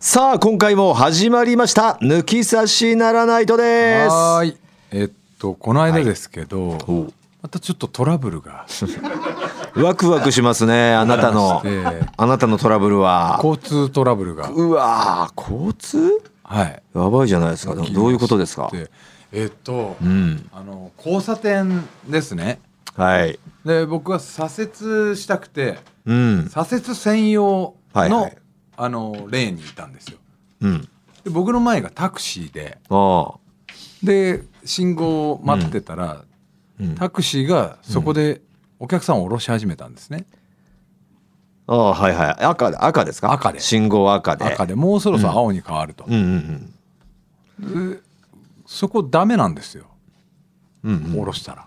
さあ今回も始まりました「抜き差しならないと」ですはーい。えっとこの間ですけど、おうまたちょっとトラブルがワクワクしますねあなたのありましてあなたのトラブルは交通トラブルがうわー交通はい。やばいじゃないですかでもどういうことですかでえっと、うんあの交差点ですね。はいで僕は左折したくてうん左折専用の、はいはいあのレーンにいたんですよ。うんで僕の前がタクシーでああで信号を待ってたら、うんタクシーがそこでお客さんを降ろし始めたんですね。ああはいはい赤で赤ですか赤で信号は赤で赤でもうそろそろ青に変わると。うんうんそこダメなんですよ。うんうん下ろしたら。うん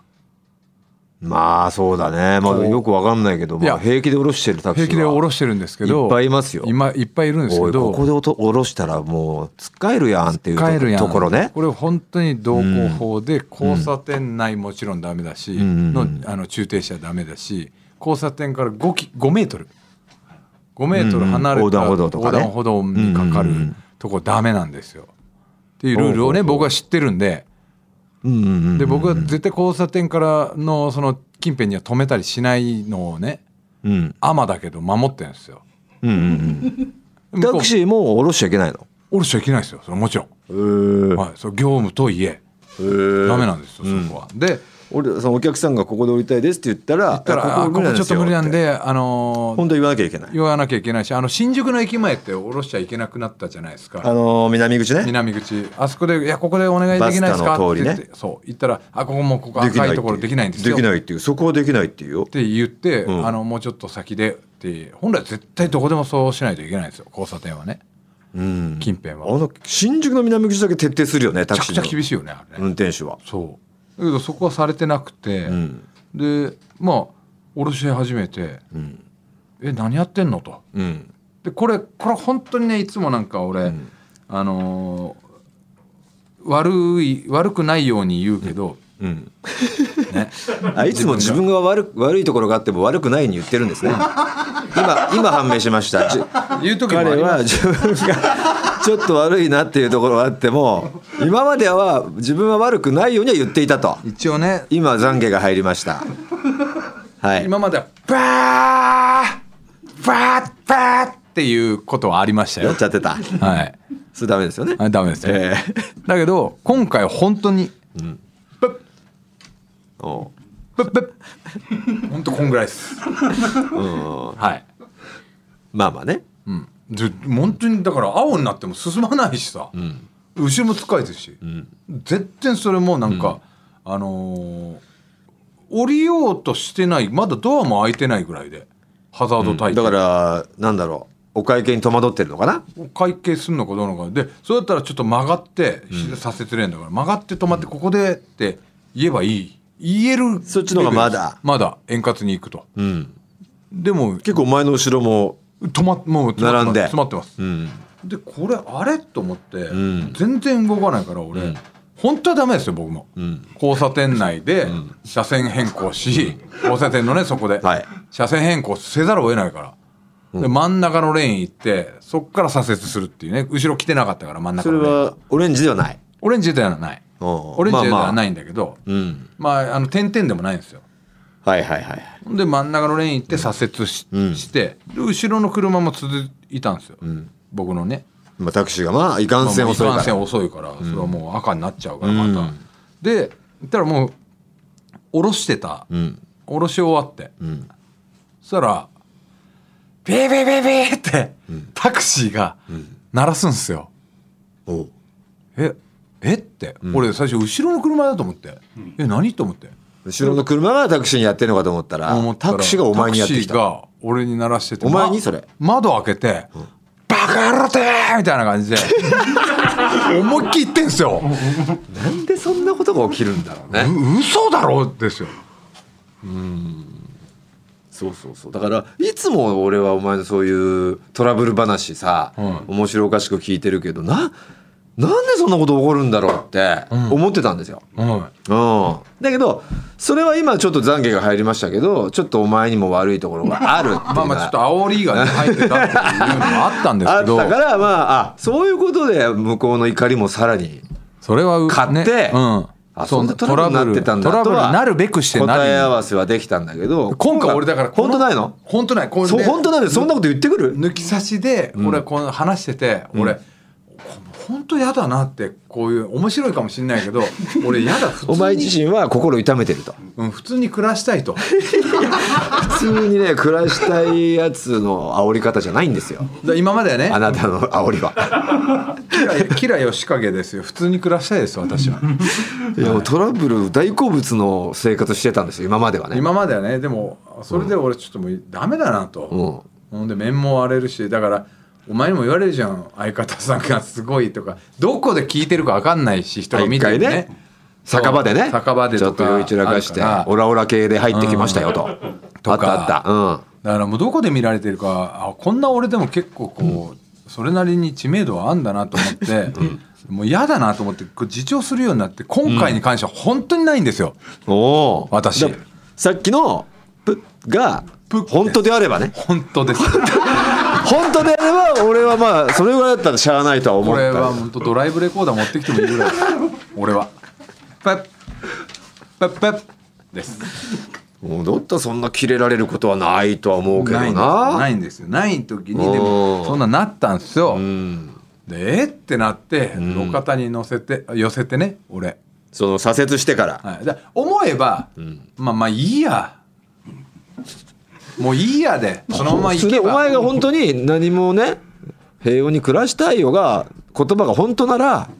まあそうだねまあよくわかんないけど、まあ、いや平気で降ろしてるタクシー平は気で下ろしてるんですけど。いっぱいいますよ今いっぱいいるんですおけいこど。こでおと降ろしたらもうつっかえるやんっていうと帰るやんところねこれ本当に道交法で交差点内もちろんダメだし、んのあの駐停車ダメだし交差点から 5, キ5メートル5メートル離うんうれたん横断歩道とかね横断歩道にかかるとこダメなんですよ。っていうルールをねほうほうほう僕は知ってるんでうんうんうんで僕は絶対交差点からのその近辺には止めたりしないのをねうんアマだけど守ってるんですよ。うんうんうんタクーシーも降ろしちゃいけないの降ろしちゃいけないですよそれもちろん。へーはい、そう業務とはいえダメなんですよそこは。で俺そのお客さんがここで降りたいですって言ったらだったらいやあここちょっと無理なんよであてのー本当は言わなきゃいけない言わなきゃいけないしあの新宿の駅前って降ろしちゃいけなくなったじゃないですあかのー南口ね南口あそこで「いやここでお願いできないですか?」バスタのっ通りてね言ってそう言ったら「あここもうここ赤いところできないんですよ」できっないっていうそこはできないっていうよて言って、んあのもうちょっと先でって本来絶対どこでもそうしないといけないんですよ交差点はねうん近辺あは。の新宿の南口だけ徹底するよねタめクちシーゃくちゃの厳しいよねあれね運転手はそうだけどそこはされてなくて、んでまあ降ろし始めて「え何やってんの?」と。うんでこれこれ本当にねいつもなんか俺、あのー悪い悪くないように言うけど、うんねあいつも自分が悪悪いところがあっても悪くないに言ってるんです ね。今今判明しました。じ言う時もあ彼りまはす自分が ちょっと悪いなっていうところがあっても今までは自分は悪くないようには言っていたと一応ね今懺悔が入りましたはい今まではバーバーバーっていうことはありましたやよっちゃってたはいそれダメですよねあダメですね、えだけど今回本当にプッえおプップッ本当こんぐらいですはい、まあまあねうん、で本当にだから青になっても進まないしさ、後ろも使えてるし、絶対それもなんか、あのー降りようとしてないまだドアも開いてないぐらいでハザードタイだプ、からなんだろうお会計に戸惑ってるのかな会計するのかどうなのかでそれだったらちょっと曲がって左折レーンだから、曲がって止まってここでって言えばいい言えるそっちの方がまだまだ円滑に行くとうんでも結構前の後ろも止まもう止ま並んで詰まってますうんでこれあれと思って、ん全然動かないから俺、本当はダメですよ僕も、ん交差点内で車線変更し、交差点のねそこで、はい車線変更せざるを得ないから、で真ん中のレーン行ってそっから左折するっていうね後ろ来てなかったから真ん中そのれレーンはオレンジではないオレンジではないおうオレンジでまあまはあないんだけど、うんまあ、あの点々でもないんですよはいはいはいで真ん中のレーン行って左折し,、してで後ろの車も続いたんですよ、僕のねまあ、タクシーがまあいかんせん遅いかまあまあ一貫ら線遅いから、それはもう赤になっちゃうからまた、で言ったらもう下ろしてた、下ろし終わって、そしたらビービービービーって、タクシーが鳴らすんですよ、おうええって、俺最初後ろの車だと思って、え何と思って後ろの車がタクシーにやってるのかと思ったら思ったらタクシーがお前にやってきタクシたーが俺に鳴らしててお前にまそれ窓開けて「バカ野郎てー!」みたいな 感じで思いっきり言ってんすよなんでそんなことが起きるんだろうねう嘘だろですよそうそうそうだからいつも俺はお前のそういうトラブル話さ、うん面白おかしく聞いてるけどななんでそんなこと起こるんだろうってうん思ってたんですよ。はうん、だけどそれは今ちょっと懺悔が入りましたけどちょっとお前にも悪いところがあるっていうのはい、まあまあちょっと煽りがね入ってたっていうのもあったんですあけっどたからまああそういうことで向こうの怒りもさらにそれはう買ってねうんあそんなトラブルになってたんだトラブルとはなるべくしてな答え合りわせはできたんだけど今回俺だからこ本当ないの本当ないこれそう本当ないのそんなこと言ってくる抜き差しで俺この話してて、俺こ本当やだなってこういう面白いかもしれない けど俺やだ普お通前に、自身は心痛めてるとうん、普通に暮らしたいと普通にね暮らしたいやつの煽り方じゃないんですよだ今まではねあなたの煽りはキラキラヨシカゲですよ普通に暮らしたいです 私はいやもうトラブル大好物の生活してたんですよ今まではね今まではねでもそれで俺ちょっともうダメだなと、ほんで面も荒れるしだからお前にも言われるじゃん相方さんがすごいとかどこで聞いてるか分かんないし人が見てるね一回ね酒場でね酒場でちとょかっと酔い散らかしてあるからオラオラ系で入ってきましたよと、とあかったあったうんだからもうどこで見られてるかあこんな俺でも結構こう、それなりに知名度はあんだなと思って、もう嫌だなと思ってこう自重するようになって今回に関しては本当にないんですよ、おお私さっきのプがプです本当であればね本当です本当であれば俺はまあそれぐらいだったらしゃあないとは思っこれはた本当ドライブレコーダー持ってきてもいいぐらいです俺はペッペッペッですもうだったらそんなキレられることはないとは思うけどないなんですよないんですよない時にでおもーそんななったんですよ、うんでえーってなって路肩に乗せて寄せてね俺その左折してからはい、だ思えば、まあまあいいやもういいやでそのまま行それけおば前が本当に何もね平穏に暮らしたいよが言葉が本当なら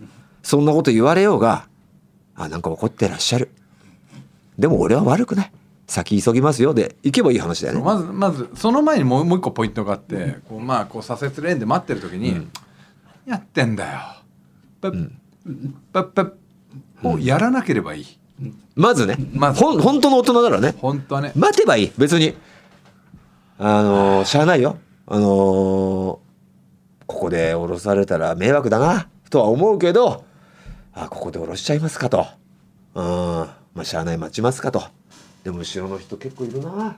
そんなこと言われようがあなんか怒ってらっしゃるでも俺は悪くない先急ぎますよで行けばいい話だよねまずまずその前にもうもう一個ポイントがあってこうまあこう左折レーンで待ってる時に「何やってんだよ」パッパッパッをやらなければいいまずね、まずほん本当の大人ならね本当はね待てばいい別にあのーしゃあないよあのーここで降ろされたら迷惑だなとは思うけどあここで降ろしちゃいますかとうんまあしゃあない待ちますかとでも後ろの人結構いるな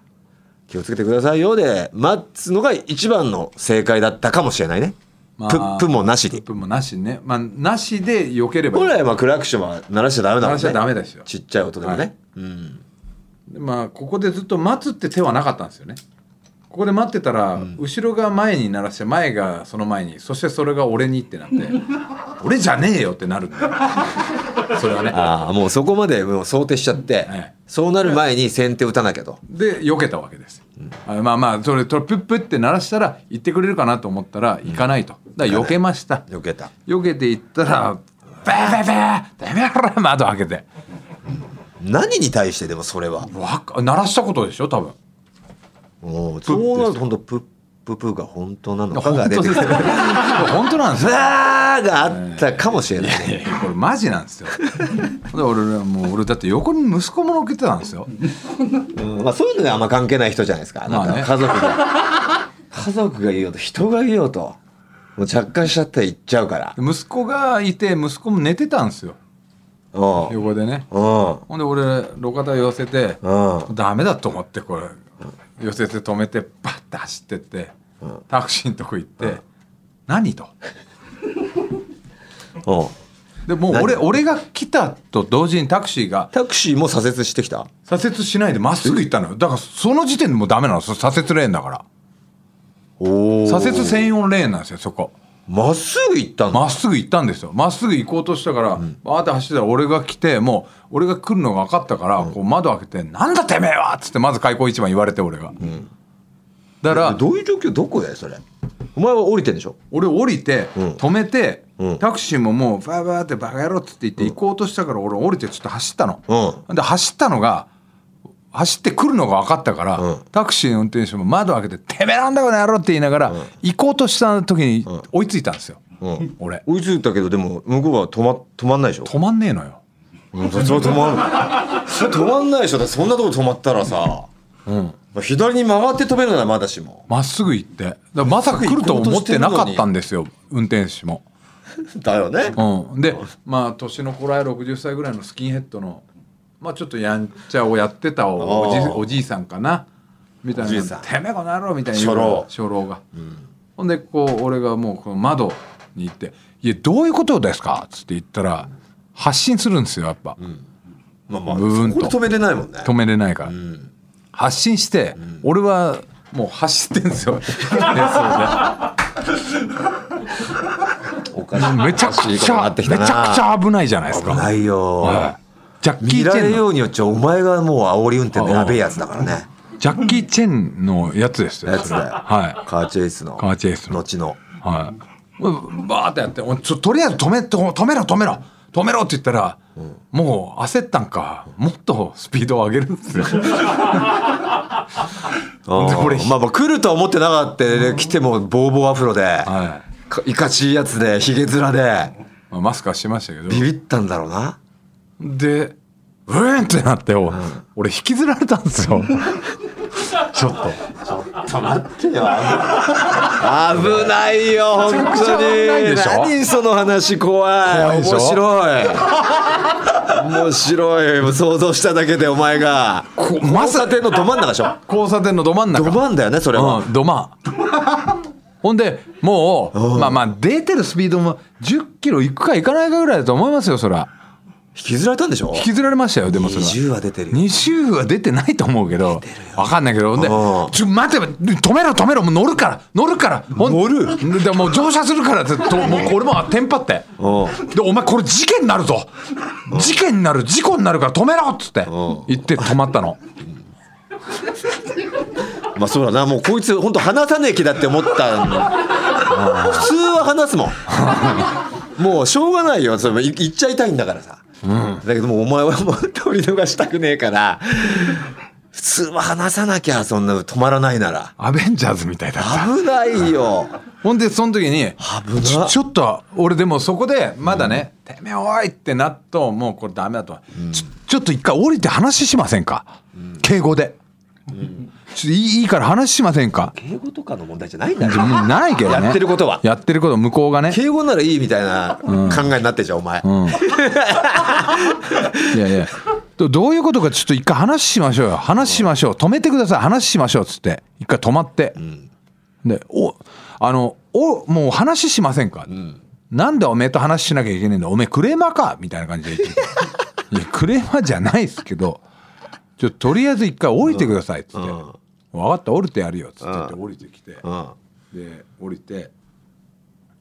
気をつけてくださいよで待つのが一番の正解だったかもしれないね、まあプップもなしプッにプもなしねまあなしでよければいい本来はクラクションは鳴らしちゃダメだもんね鳴らしちゃダメですよちっちゃい音でもね、はいうんまあここでずっと待つって手はなかったんですよねここで待ってたら、後ろが前に鳴らして前がその前にそしてそれが俺にってなって俺じゃねえよってなるんだよそれはねああもうそこまでもう想定しちゃって、はいそうなる前に先手打たなきゃとで避けたわけです、あまあまあそれとプップって鳴らしたら行ってくれるかなと思ったら行かないとだから避けました避けた避けて行ったらバーバーバーダメやろ窓開けて何に対してでもそれはわか鳴らしたことでしょ多分もうそうなると本当プッププが本当なのかが本出当てでくするよ本当なんですよあーがあったかもしれないね、いやこれマジなんですよで俺らもう俺だって横に息子も乗っけてたんですようんまあ、そういうのにあんま関係ない人じゃないですかあなたはまあね家族が、家族がいようと人がいようともう着火しちゃったら行っちゃうからで息子がいて息子も寝てたんですようんうん横でねほんで俺路肩寄せてうダメだと思ってこれ寄せて止めてバッて走ってってタクシーのとこ行って「何?」と。うんでもう俺俺が来たと同時にタクシーがタクシーも左折してきた左折しないでまっすぐ行ったのよだからその時点でもうダメなのそ左折レーンだからおお左折専用レーンなんですよそこ。まっすぐ行ったんだまっすぐ行ったんですよまっすぐ行こうとしたから、バーって走ってたら俺が来てもう俺が来るのが分かったから、こう窓開けて「なんだてめえは!」っつってまず開口一番言われて俺が、だからどういう状況どこやそれお前は降りてんでしょ俺降りて止めて、うんタクシーももうバーバーってバカ野郎っつって言って行こうとしたから俺降りてちょっと走ったの、うで走ったのが走ってくるのが分かったから、うんタクシーの運転手も窓開けて「てめえなんだこの野郎」って言いながら、行こうとした時に追いついたんですよ、うん俺追いついたけどでも向こうは止ま止まんないでしょ止まんねえのようんそれ止まんそれ止まんないでしょだってそんなとこ止まったらさ、うん、左に曲がって止めるならまだしもまっすぐ行ってだからまさか来ると思ってなかったんですよ運転手もだよね。うん、でまあ年の頃や60歳ぐらいのスキンヘッドの、まあ、ちょっとやんちゃをやってたおおじあーおじいさんかなみたいおじいなさん「てめえこの野郎」みたいな初老初老が、ほんでこう俺がもうこの窓に行って「いやどういうことですか?」っつって言ったら発信するんですよやっぱ、まあまあ、ブーンそとこで止めれないもんね。止めれないから、発信して、俺はもう走ってんです よでそうおかしい。でめちゃくおかしいこちとになゃっめてきたちゃくなちゃ危ないじゃないですかないよ。はいジャッキ見ー・らチェれンのるようによっちゃ、お前がもう煽り運転のやべえやつだからね。ジャッキー・チェンのやつですよ。やつだよそれはカーチェイスの。い。カーチェイスの。後の。はい。バーってやって、おいちょとりあえず止め、と止めろ、止めろ、止めろって言ったら、もう焦ったんか、もっとスピードを上げるん ですよ。うんでこれまあまあ、来るとは思ってなかったよね来てもボーボーアフロで、、はいかしいやつで、ひげ面で、い。まあ、マスクはしましたけど。ビビったんだろうな。で、うーんってなって、お俺引きずられたんです よ。ちょっと。危ないよ本めちゃくち当ゃ危ないにでしょ何その話怖怖いいでしょ面白い面白いもう想像しただけでお前がこままささてのど真ん 中でしょ交差点のど真ん中。ど真んだよねそれはうん、どま んほんでもう、まあまあ出てるスピードも10キロいくかいかないかぐらいだと思いますよそら引きずられたんでしょ引きずられましたよでもそれは20は出てるよ20は出てないと思うけど分かんないけどほんでうん「ちょ待て止めろ止めろもう乗るから乗るからほん乗るでもう乗車するから」ってともう俺もテンパってう「でお前これ事件になるぞ事件になる事故になるから止めろ」っつってん言って止まったの。まあそうだなもうこいつ本当話さねえ気だって思ったんだ普通は話すもんもうしょうがないよそれい言っちゃいたいんだからさ、だけどもうお前はもう取り逃したくねえから普通は話さなきゃそんな止まらないならアベンジャーズみたいだった危ないよほんでその時に危ちなちょっと俺でもそこでまだね「てめえおい!」ってなっともうこれダメだと、ちょちょっと一回降りて話しませんか、敬語で、ちょいいいいから話しませんか敬語とかの問題じゃないんだようんないけどねやってることはやってること向こうがね敬語ならいいみたいな考えになってんじゃんお前、いやいや どどういうことかちょっと一回話しましょうよ話しましょう止めてください話しましょうっつって一回止まって、で「おあのおもう話しませんかなんでおめえと話しなきゃいけねえんだおめえクレーマーか」みたいな感じで言 ってきていやクレーマーじゃないっすけどちょとりあえず一回降りてください」っつって「分かった降りてやるよ」っつって言って降りてきて、うん、で降りて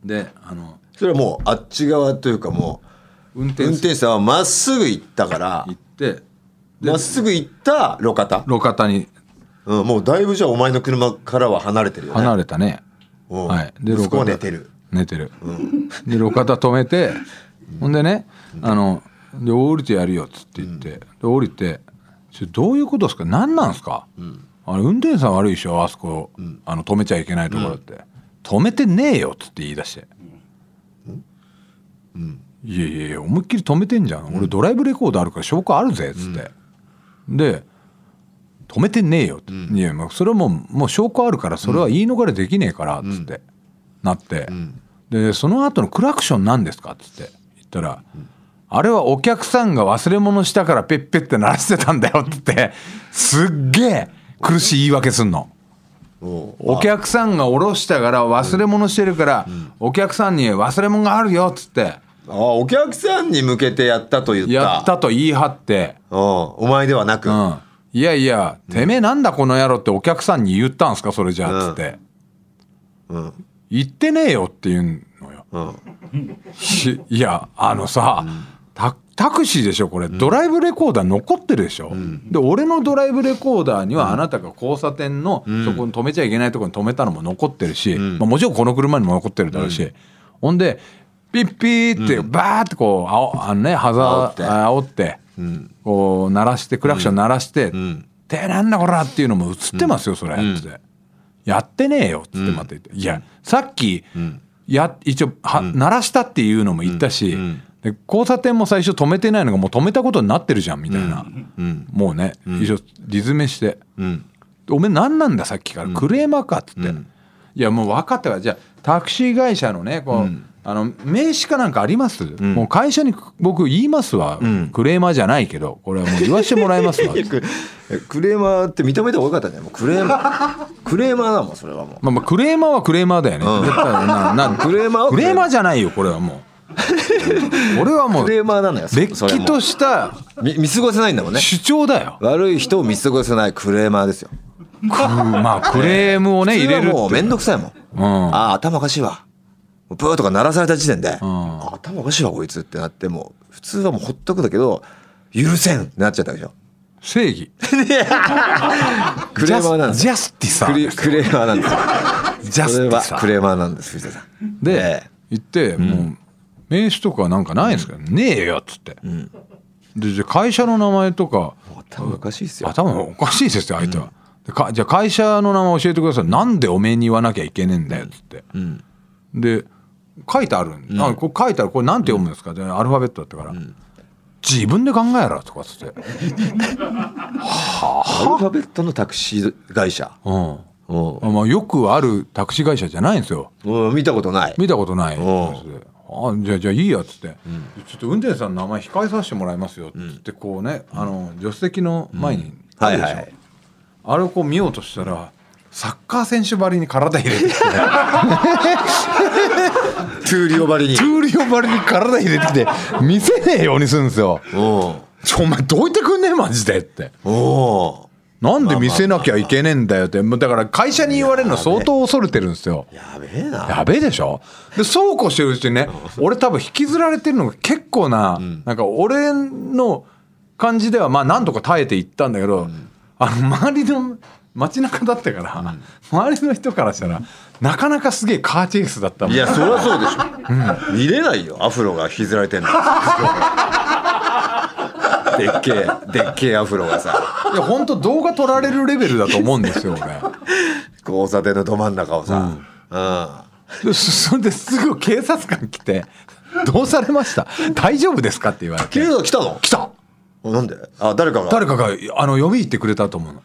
であのそれはもうあっち側というかも運う転運手転手さんはまっすぐ行ったから行ってまっすぐ行った路肩、路肩にうん、もうだいぶじゃあお前の車からは離れてるよね離れたね。うんはい、息子は路肩寝てる寝てる、で路肩止めてほんでねあので降りてやるよっつって言って、で降りてちょどういうことですか何なんですか、あれ運転手さん悪いでしょあそこ、あの止めちゃいけないところって、止めてねえよっつって言い出して、いやいやいや思いっきり止めてんじゃん、俺ドライブレコードあるから証拠あるぜっつって、で止めてねえよって、いやもうそれはもうもう証拠あるからそれは言い逃れできねえからっつって、なって、でその後のクラクション何ですかっつって言ったら、あれはお客さんが忘れ物したからペッペッって鳴らしてたんだよっつってすっげえ苦しい言い訳すんの。うんお客さんが降ろしたから忘れ物してるから、お客さんに忘れ物があるよっつってあお客さんに向けてやったと言ったやったと言い張って。うん、お前ではなく、うん、いやいや、てめえなんだこの野郎ってお客さんに言ったんすかそれじゃあっつって、うん言ってねえよって言うのようんし いやあのさ、タタクシーでしょこれ、ドライブレコーダー残ってるでしょ、で俺のドライブレコーダーにはあなたが交差点の、そこに止めちゃいけないところに止めたのも残ってるし、まあ、もちろんこの車にも残ってるだろうし、ほんでピッピーってバーってこうあおあのねハザー煽ってこう鳴らしてクラクション鳴らして「てめえなんだこら!」っていうのも映ってますよそれって。やってねえよっつってまた言って、いやさっき、や一応は、鳴らしたっていうのも言ったし、で交差点も最初止めてないのがもう止めたことになってるじゃんみたいな、もうね、一応リズメして、おめえ何なんださっきから、クレーマーかっつって、いやもう分かったわじゃあタクシー会社のねこう、あの名刺かなんかあります、もう会社に僕言いますわ、んクレーマーじゃないけどこれはもう言わしてもらい ますわククレーマーって認めた方が良かったねもうクレーマ ークレーマーだもんそれはもまあまあクレーマーはクレーマーだよね、絶対なな クレーマーはクレーマーじゃないよこれはもうこれはうもうクレーマーなのよそれっそれはきもうとしたみ見過ごせないんだもんね主張だよ、悪い人を見過ごせないクレーマーですよくまあクレームをね入れ普る通はもうってめんどくさいもんうんああ頭おかしいわブーとか鳴らされた時点で、んあ頭おかしいわこいつってなってもう普通はもうほっとくんだけど許せんってなっちゃったでしょ正義クレーマーなんですジよャスジャスティサークレクレーマーなんですよジャそステれィはサークレーマーなんです藤田さんでええ行ってもう名刺とかなんかないんですけどねえよっつってでじゃあ会社の名前とか頭おかしいですよ頭おかしいですよ相手はでかじゃあ会社の名前教えてくださいなんでおめえに言わなきゃいけねえんだよっつってで書いてあるんあこれ書いてあるこれなんて読むんですかでアルファベットだったから自分で考えろとかっつってアルファベットのタクシー会社うんうんあまあよくあるタクシー会社じゃないんですようん見たことない見たことないおうやつであじゃあじゃあいいやっつって、ちょっと運転手さんの名前控えさせてもらいますよっつってこうね、あの助手席の前にあはるいでしょ、はいあれをこう見ようとしたらサッカー選手ばりに体入れてきて トゥーリオバリにトゥーリオばりに体入れてきて見せねえようにするんですよおう「ちょお前どいてくんねえマジで」って。おうなんで見せなきゃいけねえんだよって、もうだから会社に言われるの相当恐れてるんですよ。やべえなやべえでしょでそうこうしてるうちにね俺多分引きずられてるのが結構な、なんか俺の感じではまあなんとか耐えていったんだけど、あの周りの街中だったから、周りの人からしたらなかなかすげえカーチェイスだったもんいやそりゃそうでしょ見れないよアフロが引きずられ てんのでっけえでっけえアフロがさいや本当動画撮られるレベルだと思うんですよ 俺。交差点のど真ん中をさうでそそれですぐ警察官来て「どうされました大丈夫ですか?」って言われん警て察来たの来たあなんであ誰かが誰かがあの呼び入ってくれたと思うの。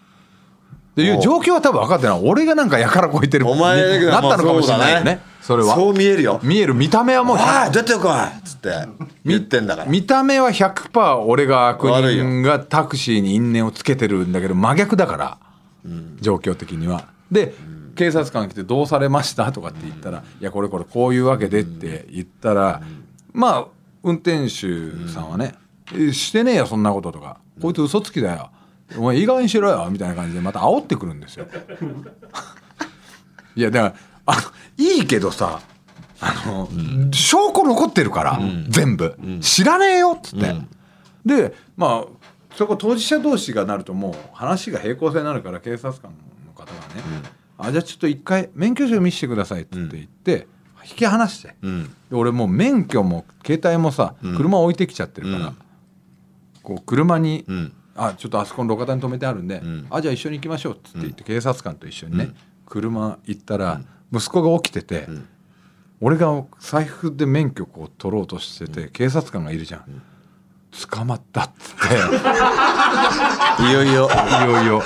でいう状況は多分分かってない俺がなんかやからこいてるお前にながったのかもしれないよね,、それはそう見えるよ見える見た目はもうああ出てこいっつって言ってんだから見た目は100%俺が悪悪い人よがタクシーに因縁をつけてるんだけど真逆だから、状況的には。で、警察官来て「どうされました?」とかって言ったら「いやこれこれこういうわけで」って言ったら、まあ運転手さんはね「えしてねえよそんなこと」とか「こいつ嘘つきだよ」お前いい加減にしろよみたいな感じでまた煽ってくるん ですよ。いやだからあのいいけどさあの、証拠残ってるから、全部、知らねえよっつって、でまあそこ当事者同士がなるともう話が平行線になるから警察官の方がね、あじゃあちょっと一回免許証見せてくださいっつって言って、引き離して、で俺もう免許も携帯もさ車置いてきちゃってるから、こう車に、あちょっとあそこの路肩に止めてあるんで、あじゃあ一緒に行きましょうっつって言って、警察官と一緒にね、車行ったら、息子が起きてて、俺が財布で免許こう取ろうとしてて、警察官がいるじゃん、捕まったっつっいよいよていよ いよ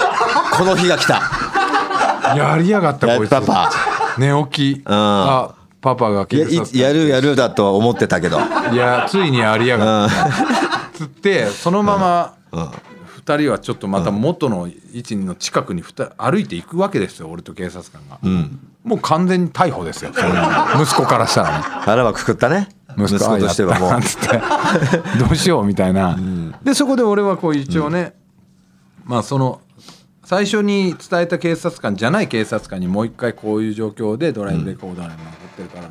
この日が来たやりやがったやこいつパパ寝起きがパパがい警や察官いやるやるだとは思ってたけどいやついにやりやがったつってそのまま、2人はちょっとまた元の位置の近くにふた歩いていくわけですよ俺と警察官が、もう完全に逮捕ですよそれ息子からしたらね腹はくくったね息子あとしてはもやっうたなっつってどうしようみたいな、でそこで俺はこう一応ね、まあその最初に伝えた警察官じゃない警察官にもう一回こういう状況でドライブレコーダーに残ってるから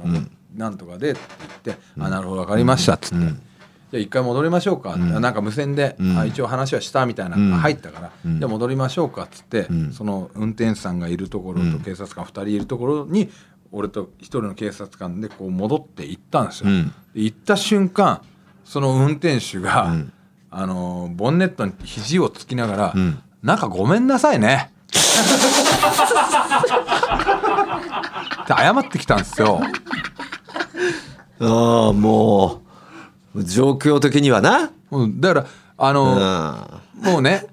なんとかでって言って「あなるほど分かりました」っつって。じゃあ一回戻りましょうか、なんか無線で、あ一応話はしたみたいなのが入ったから、じゃあ戻りましょうかっつって、その運転手さんがいるところと警察官2人いるところに俺と一人の警察官でこう戻って行ったんですよ、で行った瞬間その運転手が、あのーボンネットに肘をつきながら「なんかごめんなさい ね」って謝ってきたんですよ。ああもう状況的にはなうんだからあのーうんもうね、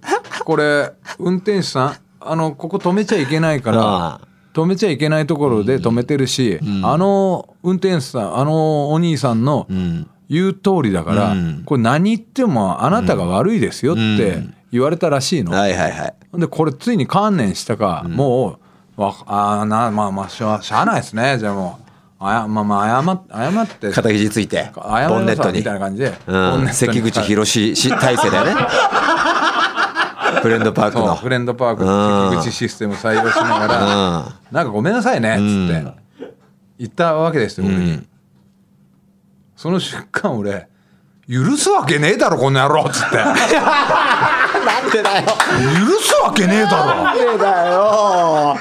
これ、運転手さん、あの、ここ止めちゃいけないから、ああ止めちゃいけないところで止めてるし、あの運転手さんあのお兄さんのん言う通りだから、うんこれ何言ってもあなたが悪いですよって言われたらしいの。はいはいはい。でこれついに観念したか、もうわあーなまあまあしゃあしゃあないですねじゃあもうあやまあまあ謝っ謝って肩肘ついて、ボ謝ンネりなットさいにみたい。な感じで、ボンうん、ネットに関口博士し大勢だよね。フレンドパークそうの。フレンドパークうんの関口システム採用しながら、なんかごめんなさいねっつって言ったわけですよ、う俺にん。その瞬間俺許すわけねえだろこの野郎っつってなんでだよ。許すわけねえだなんでだよ。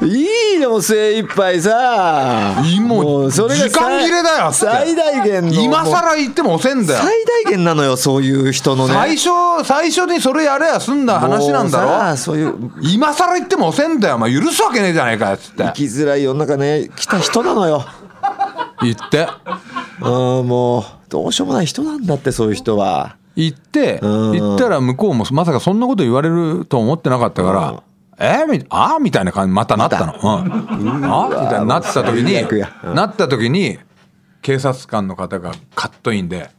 いいの精一杯さ。いいもう最時間切れだよって最大限の。ろ今もう更言っても遅えんだよ最大限なのよ、そういう人のね。最初最初にそれやれや済んだ話なんだもうさろそういう今更言っても遅えんだよお前許すわけねえじゃねえかよっつって生きづらい世の中ね来た人なのよ言ってうんもうどうしようもない人なんだってそういう人は行ってうん行ったら向こうもまさかそんなこと言われると思ってなかったから「えみあみたいな感じまたなったの「うん、あみたいになってた時に最悪やうんなった時に警察官の方がカットインで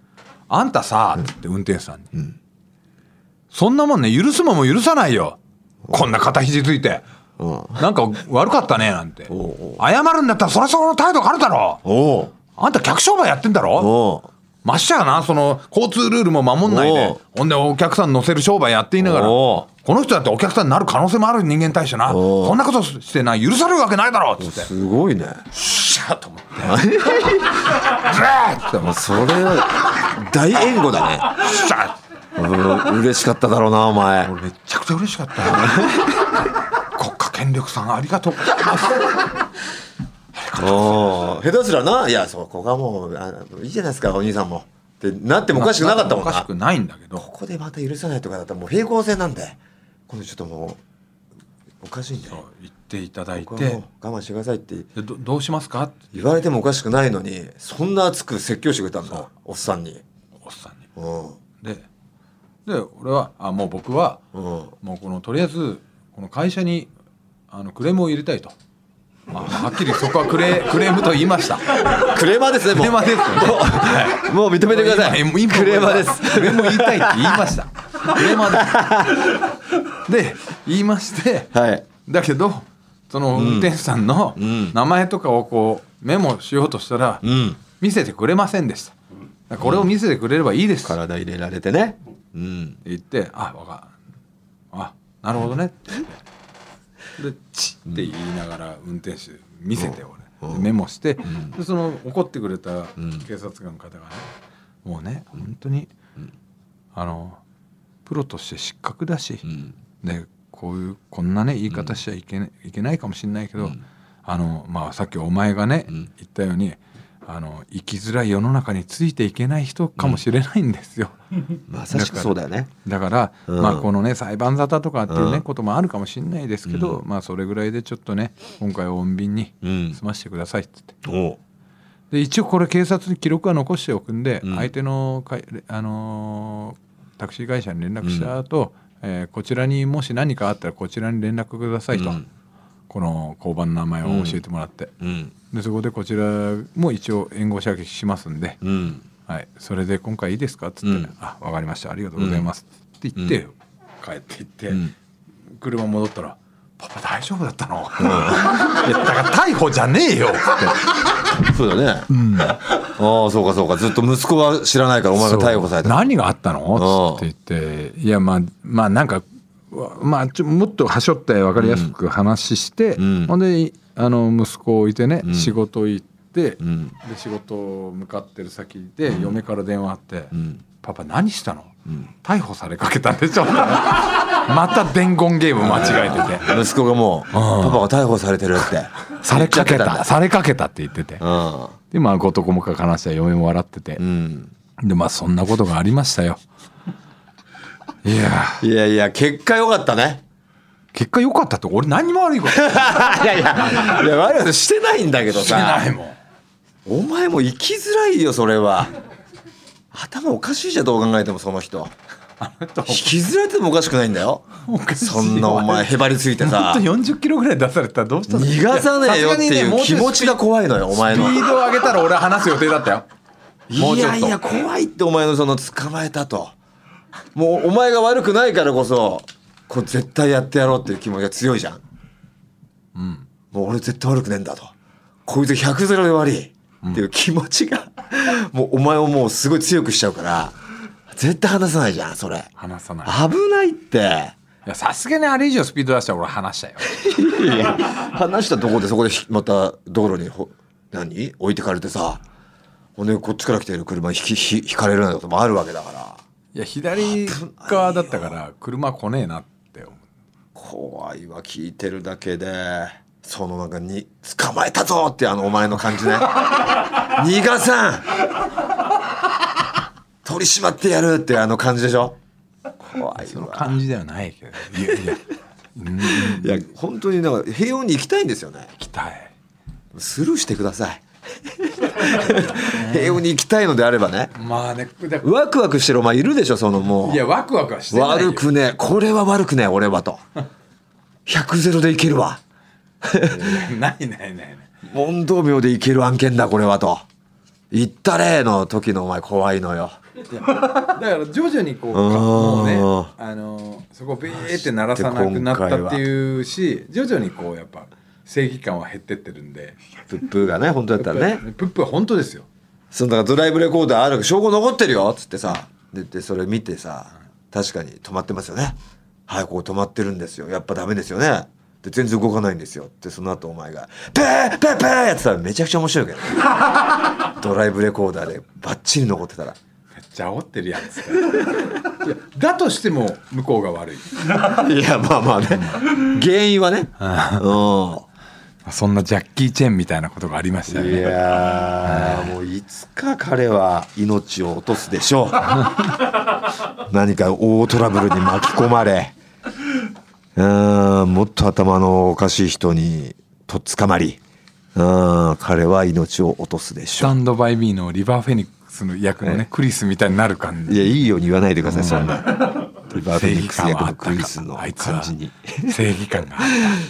「あんたさ」っつって運転手さんに、そんなもんね許すもんも許さないよこんな肩肘ついて、なんか悪かったね」なんて「謝るんだったらそりゃその態度があるだろおおあんた客商売やってんだろ」おうまっしゃなその交通ルールも守んないでおうほんでお客さん乗せる商売やっていながらおこの人だってお客さんになる可能性もある人間に対してなおうそんなことしてな許されるわけないだろっつってすごいねシャーと思 ってブレーって思ってそれは大援護だねシャーうん 嬉しかっただろうなお前俺めっちゃくちゃ嬉しかったよ 国家権力さんありがとうございますお下手すらないやそうここはもうあいいじゃないですかお兄さんもってなってもおかしくなかったもんおかなしくないんだけこどこでまた許さないとかだったらもう平行線なんでこのちょっともうおかしいんだよ言っていただいこれはてもう我慢してくださいってでどどうしますかって言われてもおかしくないのにそんな熱く説教してくれたんだおっさんにおっさんにうんでで俺はあもう僕はうんもうこのとりあえずこの会社にあのクレームを入れたいと、まあ、はっきりそこはクレクレームと言いましたクレーマーですねクもレーマーですうもう認めてください今今クレーマーですクレームを言いたいって言いましたクレーマーですで言いましてはいだけどその運転手さんのん名前とかをこうメモしようとしたらん見せてくれませんでしたこれを見せてくれればいいです体入れられてねうんって言って「あわかあなるほどね」って言ってで「チッ」って言いながら運転手見せて俺でメモしてでその怒ってくれた警察官の方がねもうね本当にあのプロとして失格だしでこういうこんなね言い方しちゃいけないいけないかもしれないけどあのまあさっきお前がね言ったようにあの生きづらい世の中についていけない人かもしれないんですよ。まさしくそうだよねだから、うんまあこのね裁判沙汰とかっていううね、んこともあるかもしれないですけど、まあそれぐらいでちょっとね今回は穏便にうん済ましてくださいっつって、おで一応これ警察に記録は残しておくんで、うん相手のかいあのータクシー会社に連絡した後、えーこちらにもし何かあったらこちらに連絡くださいと、うんこの交番の名前を教えてもらって、うんでそこでこちらも一応援護射撃しますんで、うんはい、それで今回いいですか?」っつって、うんあわかりましたありがとうございます」って言って、帰って行って、ん車戻ったら「パパ大丈夫だったの?」いやだから逮捕じゃねえよ」っそうだねああそうかそうかずっと息子は知らないからお前がて逮捕された何があったの?」つって言って「いやまあまあなんかわまあちょもっとはしょって分かりやすく話して、うんほんであの息子を置いてね、仕事行って、んで仕事を向かってる先で、嫁から電話あって、んパパ何したの、逮捕されかけたんで しょまた伝言ゲーム間違えてて息子がもうパパが逮捕されてるってされかけ 言っちゃたってされかけたって言っててたんだでまあ男もか話したら嫁も笑っててう、んでまあそんなことがあり ましたよいやーいやいや結果良かったね結果良かったって俺何にも悪いことしいやいやいや悪いことしてないんだけどてないさもんお前も生きづらいよそれは頭おかしいじゃんどう考えてもその人あの人引きずられてもおかしくないんだよおかしいよそんなお前へばりついてさほんと40キロぐらい出されたらどうしたの逃がさねえよってさすがにねいもう気ちょっと持ちが怖いのよお前スピのードを上げたら俺は話す予定だったよ もういちょっやといや怖いってお前のその捕まえたともうお前が悪くないからこそこう絶対やってやろうっていう気持ちが強いじゃん、もう俺絶対悪くねえんだとこいつ100ゼロで悪いっていう気持ちが、もうお前をもうすごい強くしちゃうから絶対話さないじゃんそれ話さない危ないっていやさすがにあれ以上スピード出したら俺話したよいや話したところでそこでひまた道路にほ何置いてかれてさほんでこっちから来てる車にひきひひかれるようなこともあるわけだからいや左側だったから車来ねえなって思う怖いわ聞いてるだけでその中に「捕まえたぞ!」ってあのお前の感 じね逃がさん取り締まってやるってあの感じでしょ怖いそのわ感じではないけどいやいやいや本当になんか平穏に行きたいんですよね来たいスルーしてください 平穏に行きたいのであればねまあねだワクワクしてるお前いるでしょそのもいうやワクワクはしてないよ悪くねえこれは悪くねえ俺はと100ゼロでいけるわないないないない問答秒でいける案件だこれはと言ったれの時のお前怖いのよいやだから徐々にこうかんもうねあのそこをビーって鳴らさなくなったっていうし徐々にこうやっぱ正義感は減ってってるんでプップーがね本当だったらねプップは本当ですよそのだからドライブレコーダーある証拠残ってるよっつってさででそれ見てさ確かに止まってますよねはいここ止まってるんですよやっぱダメですよねで全然動かないんですよってその後お前が「ペーペーペー!」やってたらめちゃくちゃ面白いけどね ドライブレコーダーでバッチリ残ってたらめっちゃ煽ってるやついやだとしても向こうが悪いいやまあまあね原因はねうんそんなジャッキー・チェンみたいなことがありましたよいねやーもういつか彼は命を落とすでし ょう何か大トラブルに巻き込まれうーんもっと頭のおかしい人にとっ捕まりうーん彼は命を落とすでスしょタンド・バイ・ミーのリバー・フェニックスの役のねクリスみたいになる感うじいやいいように言わないでくださいそんなリバーフェニックス役はあのっクたリスのかあいつは感じに正義感があっ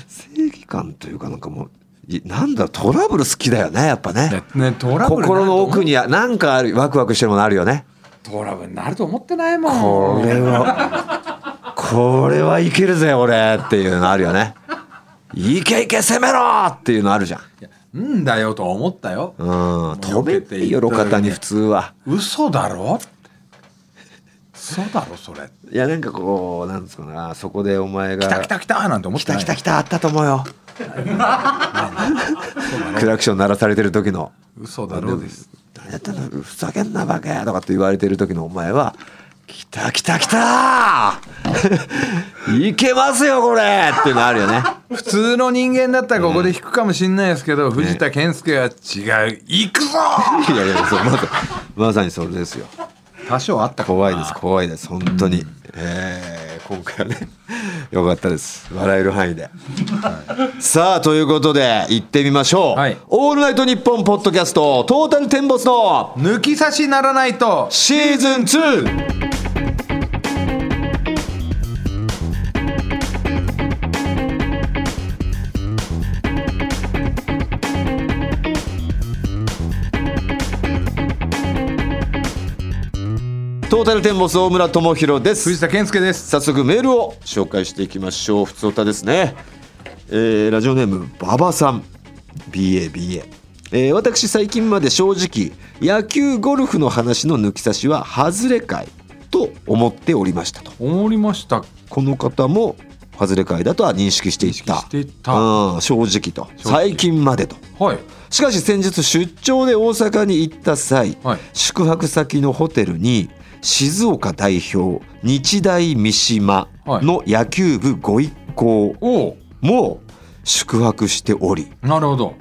正義感というかなんかもういなんだトラブル好きだよねやっぱね たいやねトラブルになると心の奥にはなんかあるワクワクしてるものあるよねトラブルになると思ってなこいもんれはこれはいけるぜ俺っていうのあるよねいけいけ攻めろっていうのあるじゃんいやうんだよとは思ったよ、うん止めてよ避けていっただけで路肩に普通は嘘だろ嘘だろそれいやなんかこうなんですかねそこでお前が来た来た来たなんて思っ来てなたい来た来たあったと思うよクラクション鳴らされてる時の嘘だろです何やったのふざけんなバカとかって言われてる時のお前は「来た来た来た いけますよこれ!」っていうのあるよね普通の人間だったらここで引くかもしんないですけど、藤田健介は違う行くぞいやいやそうまさまさにそれですよ多少あったかも怖いです怖いです本当に、えー今回はね よかったです笑える範囲で、さあということで行ってみましょう「はいオールナイトニッポン」ポッドキャストトータルテンボスの抜き差しならないとシーズン 2! トータルテンボス大村智弘です藤田健介です早速メールを紹介していきましょうふつおたですね、えーラジオネーム馬場さん BABA、えー私最近まで正直野球ゴルフの話の抜き差しは外れ会と思っておりましたと思りましたこの方も外れ会だとは認識していた認識していたうん正直と正直最近までとはいしかし先日出張で大阪に行った際、はい宿泊先のホテルに静岡代表日大三島の野球部ご一行おおも宿泊しており、なるほど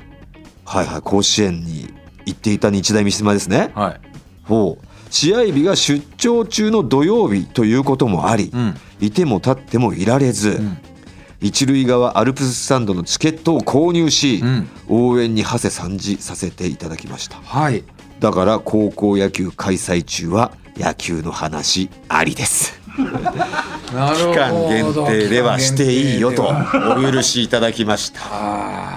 はいはい、甲子園に行っていた日大三島ですね。はいほう試合日が出張中の土曜日ということもあり、うんいても立ってもいられず、ん一塁側アルプススタンドのチケットを購入し、うん応援に馳せ参じさせていただきました。はいだから高校野球開催中は野球の話ありです。なるほど期間限定ではしていいよと期間限定お許しいただきました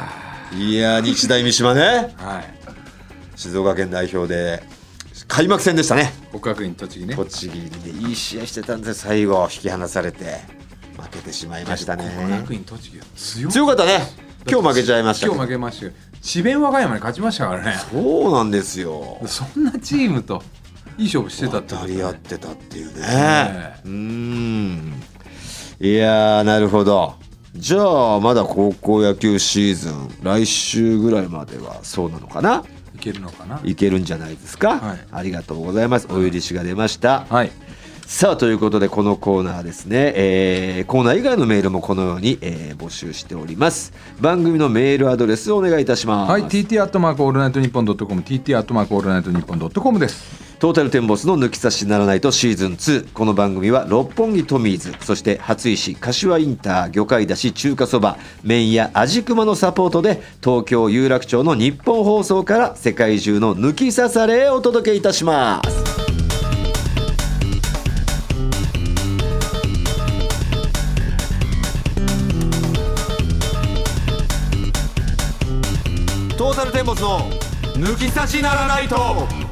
いやー日大三島ねでははい静岡県代表で開幕戦でしたね国学院栃木ね栃木でいい試合してたんです最後引き離されて負けてしまいました国ね学院栃木は強い強かったね今日負けちゃいましたけど今日負けましたよ智弁和歌山に勝ちましたからねそうなんですよそんなチームといい勝負してたって当こたとり合っねてたっていうねねうーんいやーなるほどじゃあまだ高校野球シーズン来週ぐらいまではそうなのかないけるのかないけるんじゃないですか、はいありがとうございますお許しが出ました、はいさあということでこのコーナーですね、えーコーナー以外のメールもこのように、えー募集しております番組のメールアドレスをお願いいたします、はい TT アットマークオールナイトニッポンドットコム TT アットマークオールナイトニッポンドットコムですトータルテンボスの抜き差しならないとシーズン2この番組は六本木トミーズそして初石柏インター魚介だし中華そば麺屋味熊のサポートで東京有楽町の日本放送から世界中の抜き差されをお届けいたしますトータルテンボスの抜き差しならないと